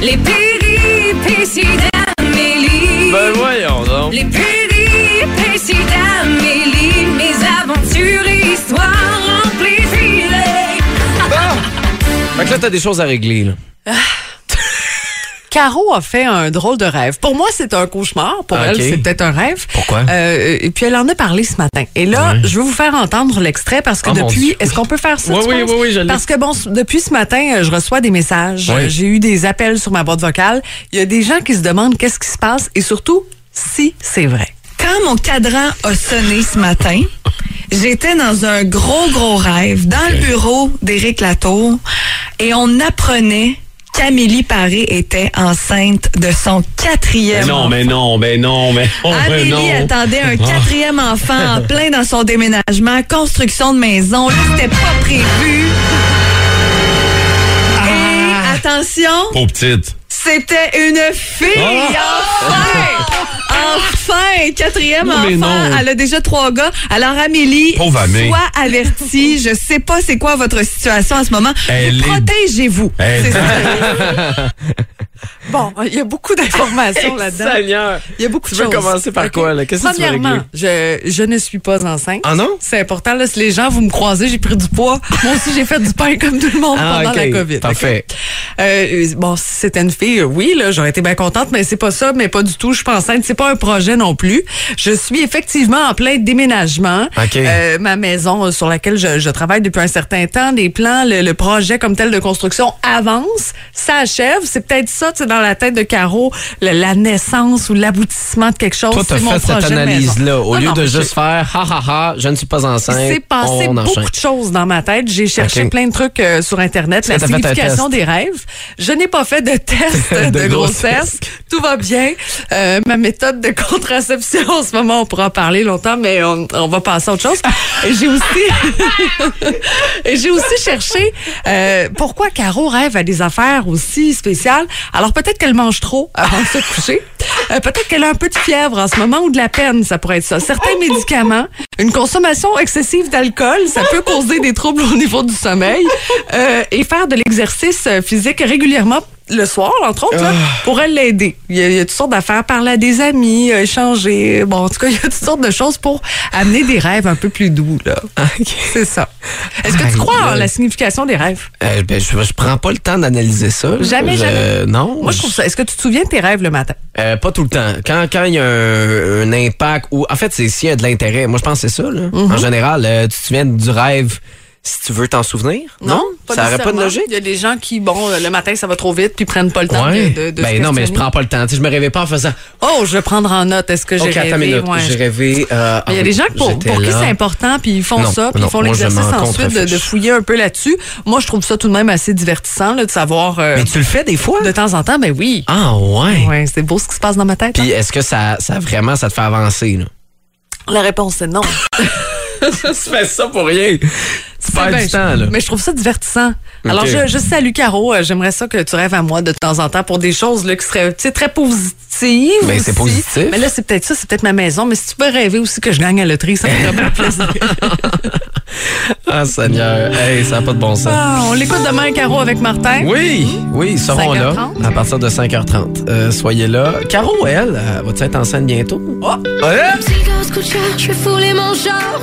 Les péripéties d'Amélie. Ben voyons donc. Les péripéties d'Amélie. Mes aventures et histoires remplies de filets. Fait que là, t'as des choses à régler, là. Caro a fait un drôle de rêve. Pour moi, c'est un cauchemar. Pour Ah, ok. elle, c'est peut-être un rêve. Pourquoi? Euh, et puis elle en a parlé ce matin. Et là, Ouais. je veux vous faire entendre l'extrait parce que Oh, mon Dieu. depuis, est-ce qu'on peut faire ça? Oui, tu oui, penses? oui, oui, je l'ai. Parce que bon, c- depuis ce matin, euh, je reçois des messages. Ouais. Euh, J'ai eu des appels sur ma boîte vocale. Il y a des gens qui se demandent qu'est-ce qui se passe et surtout si c'est vrai. Quand mon cadran a sonné ce matin, j'étais dans un gros, gros rêve, dans le bureau d'Éric Latour, et on apprenait qu'Amélie Paré était enceinte de son quatrième non, mais non, mais non, mais oh, non, mais Amélie non. Ah. attendait un quatrième enfant en plein dans son déménagement, construction de maison. Là, c'était pas prévu. Ah. Et attention, Trop petite. c'était une fille! Ah. Enfin! Enfin! Quatrième Non, mais enfant! non. Elle a déjà trois gars. Alors, Amélie, Pauvre Amé. sois avertie. Je sais pas c'est quoi votre situation en ce moment. Vous Elle est- Protégez-vous. Elle C'est est- ça. Bon, il y a beaucoup d'informations là-dedans. Seigneur. Il y a beaucoup Tu de veux choses. commencer par Ok. quoi, là? Qu'est-ce que tu veux Premièrement, je, je ne suis pas enceinte. Ah non? C'est important, là, si les gens, vous me croisez, j'ai pris du poids. Moi aussi, j'ai fait du pain comme tout le monde Ah, pendant ok. la COVID. ok? Parfait. Euh, euh, bon, si c'était une fille, euh, oui, là, j'aurais été bien contente, mais c'est pas ça, mais pas du tout. Je suis pas enceinte, c'est pas un projet non plus. Je suis effectivement en plein déménagement. Ok. Euh, ma maison euh, sur laquelle je, je travaille depuis un certain temps, les plans, le, le projet comme tel de construction avance, ça achève. C'est peut-être ça, tu sais, dans la tête de Caro, le- la naissance ou l'aboutissement de quelque chose. Toi, t'as C'est mon fait cette projet de analyse-là. maison. Au Non, lieu non, de mais juste faire ha ha ha, je ne suis pas enceinte. il s'est passé on enchaîne. beaucoup de choses dans ma tête. J'ai cherché Ok. plein de trucs euh, sur Internet, la que t'as fait un signification des rêves. Je n'ai pas fait de test de, De grossesse. grossesse. Tout va bien. Euh, ma méthode de contraception, en ce moment, on pourra en parler longtemps, mais on, on va passer à autre chose. Et J'ai aussi, et j'ai aussi cherché euh, pourquoi Caro rêve à des affaires aussi spéciales. Alors peut-être qu'elle mange trop avant de se coucher. Euh, peut-être qu'elle a un peu de fièvre en ce moment ou de la peine, ça pourrait être ça. Certains médicaments, une consommation excessive d'alcool, ça peut causer des troubles au niveau du sommeil. Euh, et faire de l'exercice euh, physique régulièrement le soir, entre autres, là, pourrait l'aider. Il y, a, il y a toutes sortes d'affaires, parler à des amis, euh, échanger. Bon, en tout cas, il y a toutes sortes de choses pour amener des rêves un peu plus doux. là. C'est ça. Est-ce que tu crois en la signification des rêves? Euh, ben, je, je prends pas le temps d'analyser ça. Jamais, Je- jamais. Non. Moi, je trouve ça. Est-ce que tu te souviens de tes rêves le matin? Euh, pas tout le temps. Quand quand il y a un, un impact ou en fait c'est s'il y a de l'intérêt. Moi je pense que c'est ça là. Mm-hmm. En général, euh, tu te souviens du rêve si tu veux t'en souvenir Ça aurait pas de nécessairement. logique. Il y a des gens qui, bon, euh, le matin, ça va trop vite, puis prennent pas le temps Ouais. de, de, de se ben non mais je questionner. prends pas le temps. Tu sais, je me réveille pas en faisant Oh, je vais prendre en note. Est-ce que j'ai OK attends une rêvé? minute, Ouais. j'ai rêvé euh, Mais Il y a ah des oui, gens pour, j'étais pour qui là. c'est important, puis ils font Non, ça, puis non, ils font moi, je l'exercice m'en ensuite de, de contrefiche. fouiller un peu là-dessus. Moi, je trouve ça tout de même assez divertissant là, de savoir euh, Mais tu le fais des fois de temps en temps, ben oui. Ah ouais. Ouais, c'est beau ce qui se passe dans ma tête. Puis est-ce que ça ça vraiment ça te fait avancer là hein. La réponse, c'est non. Tu fais ça pour rien. Tu perds Eh ben, du je- temps là. Mais je trouve ça divertissant. Alors, Ok. je, je salue Caro. Euh, J'aimerais ça que tu rêves à moi de temps en temps pour des choses là, qui seraient tu sais, très positives. Ben, c'est aussi. positif. Mais là, c'est peut-être ça, c'est peut-être ma maison. Mais si tu peux rêver aussi que je gagne à la loterie, ça me ferait bien plaisir. Ah Seigneur, hey, ça a pas de bon sens. Ah, on l'écoute demain, Caro, avec Martin. Oui, oui, ils seront là 5h30. à partir de 5h30. Euh, soyez là. Caro, elle, euh, va-tu être enceinte bientôt? Oh, elle? Petit gosse coup de cœur, je suis foulé mon genre.